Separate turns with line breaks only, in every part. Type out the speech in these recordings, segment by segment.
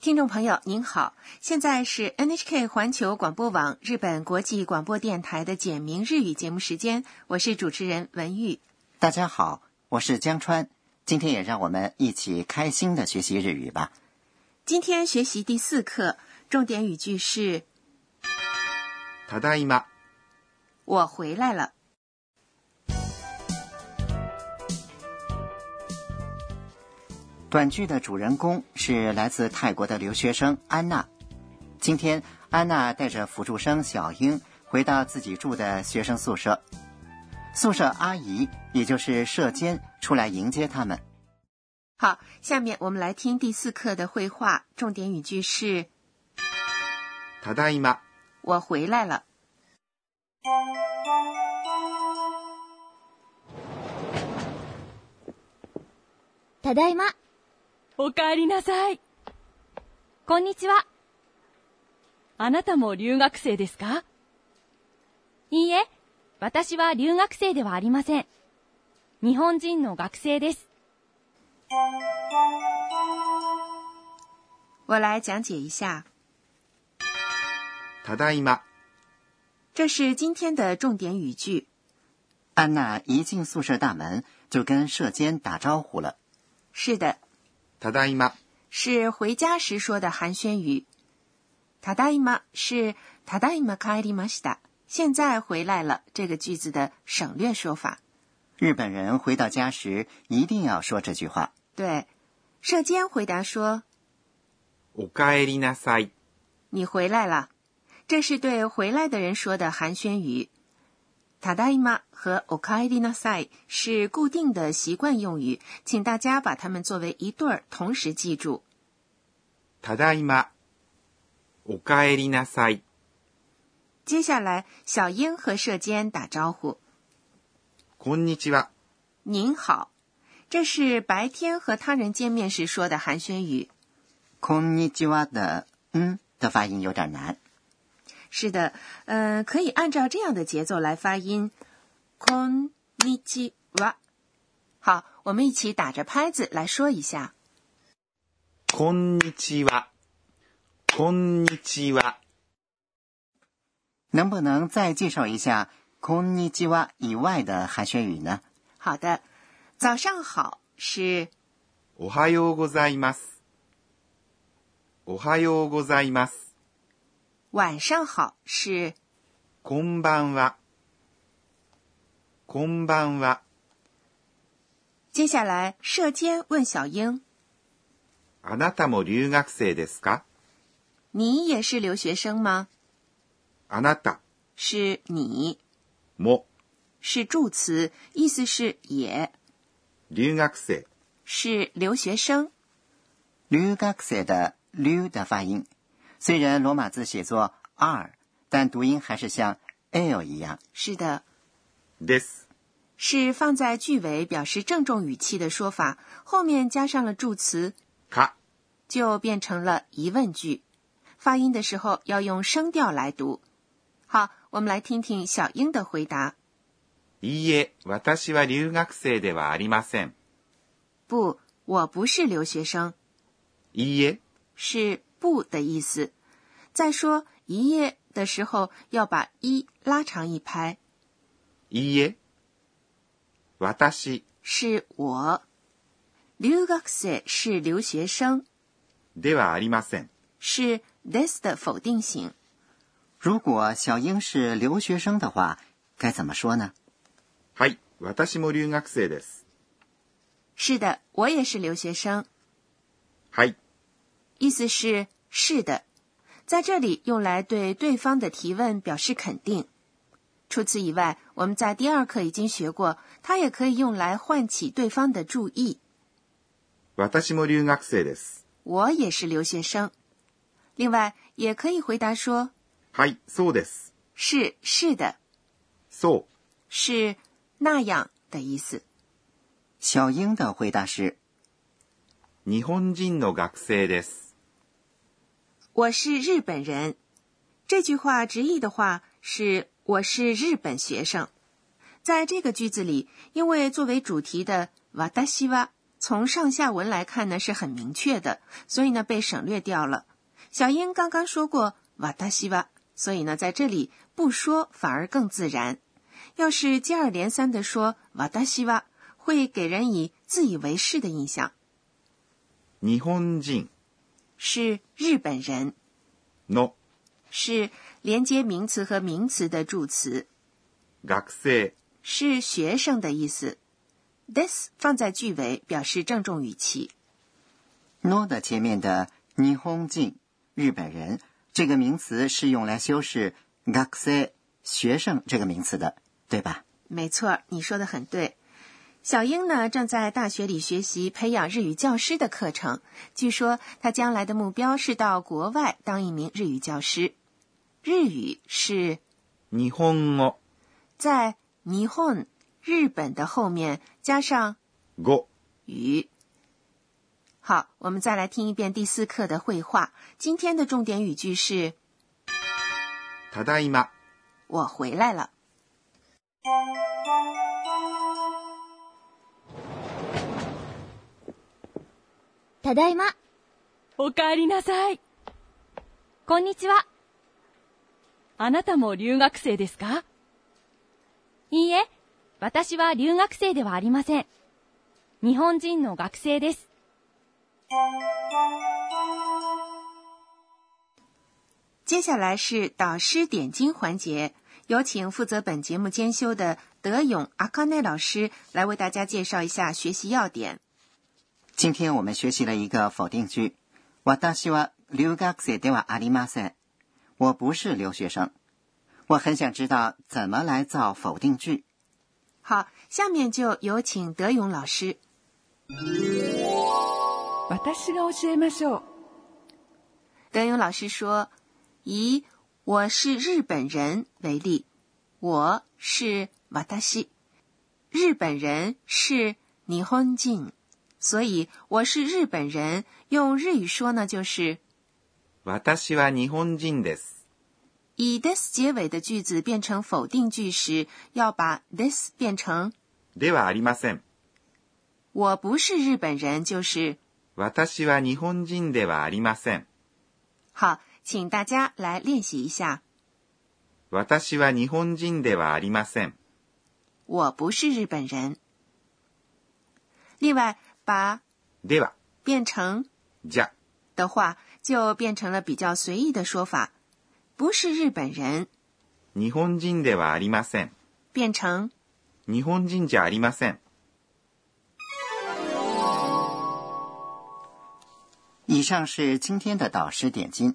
听众朋友您好，现在是 NHK 环球广播网日本国际广播电台的简明日语节目时间，我是主持人文玉。
大家好，我是江川。今天也让我们一起开心的学习日语吧。
今天学习第四课，重点语句是
ただいま、
“我回来了
短剧的主人公是来自泰国的留学生安娜。今天，安娜带着辅助生小英回到自己住的学生宿舍，宿舍阿姨也就是舍监出来迎接他们。”。
好，下面我们来听第四课的绘画，重点语句是
ただいま、
“我回来了
ただいま。
お帰りなさい。
こんにちは。
あなたも留学生ですか
いいえ、私は留学生ではありません。日本人の学生です。”。
我来讲解一下，
ただいま、
这是今天的重点语句。
安娜一进宿舍大门就跟舍监打招呼了。
是的，
ただいま、
是回家时说的寒暄语。ただいま是ただいま帰りました，现在回来了这个句子的省略说法。
日本人回到家时一定要说这句话。
对，社监回答说
おかえりなさい、：“
你回来了。”这是对回来的人说的寒暄语。ただいま和おかえりなさい是固定的习惯用语，请大家把它们作为一对儿同时记住。
ただいま、おかえりなさい、
接下来，小英和社监打招呼。
こんにちは、
您好，这是白天和他人见面时说的寒暄语。
空尼基哇的嗯的发音有点难。
是的，嗯、可以按照这样的节奏来发音。こんにちは。好，我们一起打着拍子来说一下。
こんにちは、こんにちは、
能不能再介绍一下空尼基哇以外的寒暄语呢？
好的，早上好是
おはようございます。おはようございます。
晚上好是
こんばんは。こんばんは。
接下来社监问小英
あなたも留学生ですか：“
你也是留学生吗
あなた？”
是你
も
是助词，意思是也
留学生。
是留学生。
留学生的留的发音，虽然罗马字写作 r，但读音还是像 l 一样。
是的，
です。
是放在句尾表示郑重语气的说法，后面加上了助词，
か。
就变成了疑问句。发音的时候要用声调来读。好，我们来听听小英的回答。
いいえ、私は留学生ではありません。
不，我不是留学生，
いいえ、
是不的意思。再说一夜的时候，要把一拉长一拍，
いいえ。私
是我。留学生是留学生，
ではありません。
是 this 的否定型。
如果小英是留学生的话，该怎么说呢？
はい、私も留学生です。
是的，我也是留学生，
はい、
意思是是的，在这里用来对对方的提问表示肯定。除此以外，我们在第二课已经学过，它也可以用来唤起对方的注意。
私も留学生です。
我也是留学生。另外，也可以回答说
はい、そうです。
是是的，
そう。
是那样的意思。
小英的回答是
日本人の学生です。
我是日本人。这句话直译的话是我是日本学生。在这个句子里，因为作为主题的“瓦达西哇”从上下文来看呢是很明确的，所以呢被省略掉了。小英刚刚说过“瓦达西ワ”，所以呢在这里不说反而更自然。要是接二连三的说“瓦达西ワ”，会给人以自以为是的印象，
日本人
是日本人，
の
是连接名词和名词的助词。
学生
是学生的意思。this 放在句尾表示郑重语气。
の的前面的日本人日本人这个名词是用来修饰学生学生这个名词的，对吧？
没错儿，你说的很对。小英呢，正在大学里学习培养日语教师的课程。据说她将来的目标是到国外当一名日语教师。日语是
日本語
在日本日本的后面加上
語
语。好，我们再来听一遍第四课的绘画。今天的重点语句是
ただいま
“我回来了
ただいま。
お帰りなさい。
こんにちは。
あなたも留学生ですか
いいえ、私は留学生ではありません。日本人の学生です。”。
接下来是导师点睛环节，有请负责本节目监修的德勇阿卡内老师来为大家介绍一下学习要点。
今天我们学习了一个否定句，私は留学生ではありません。我不是留学生。我很想知道怎么来造否定句。
好，下面就有请德勇老师。
私が教えましょう。
德勇老师说：“以‘我是日本人’为例，我是瓦达西，日本人是日本人，所以我是日本人，用日语说呢就是
私は日本人です
以 this 结尾的句子变成否定句时，要把 this 变成
ではありません
我不是日本人，就是
私は日本人ではありません
好，请大家来练习一下。
私は日本人ではありません
我不是日本人。另外，把
では
变成
じゃ
的话，就变成了比较随意的说法，不是日本人，
日本人ではありません
变成
日本人じゃありません
以上是今天的导师点睛。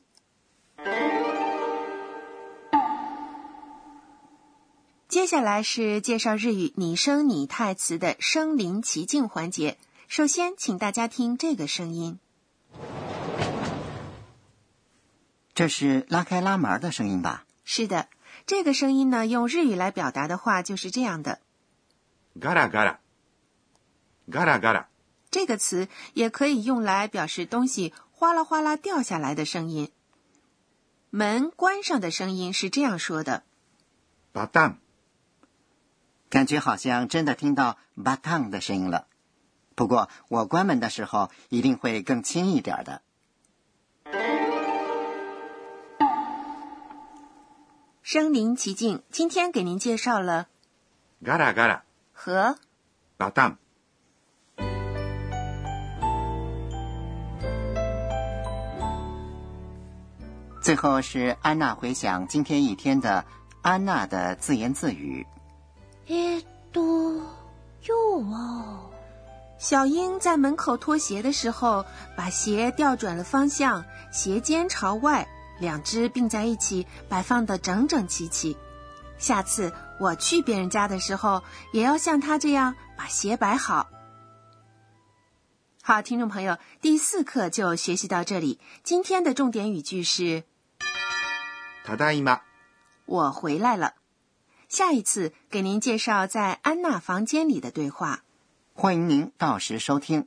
接下来是介绍日语拟声拟态词的声临其境环节。首先，请大家听这个声音，
这是拉开拉门的声音吧？
是的，这个声音呢，用日语来表达的话就是这样的。
ガラガラガラガラ
这个词也可以用来表示东西哗啦哗啦掉下来的声音。门关上的声音是这样说的。
バタン
感觉好像真的听到巴烫的声音了。不过我关门的时候一定会更轻一点儿的。
身临其境，今天给您介绍了
ガラガラ
和
バタン
最后是安娜回想今天一天的安娜的自言自语。
えーっと、今日は、
小英在门口脱鞋的时候，把鞋调转了方向，鞋尖朝外，两只并在一起，摆放的整整齐齐。下次我去别人家的时候，也要像她这样把鞋摆好。好，听众朋友，第四课就学习到这里。今天的重点语句是
ただいま
“我回来了”。下一次给您介绍在安娜房间里的对话。
欢迎您到时收听。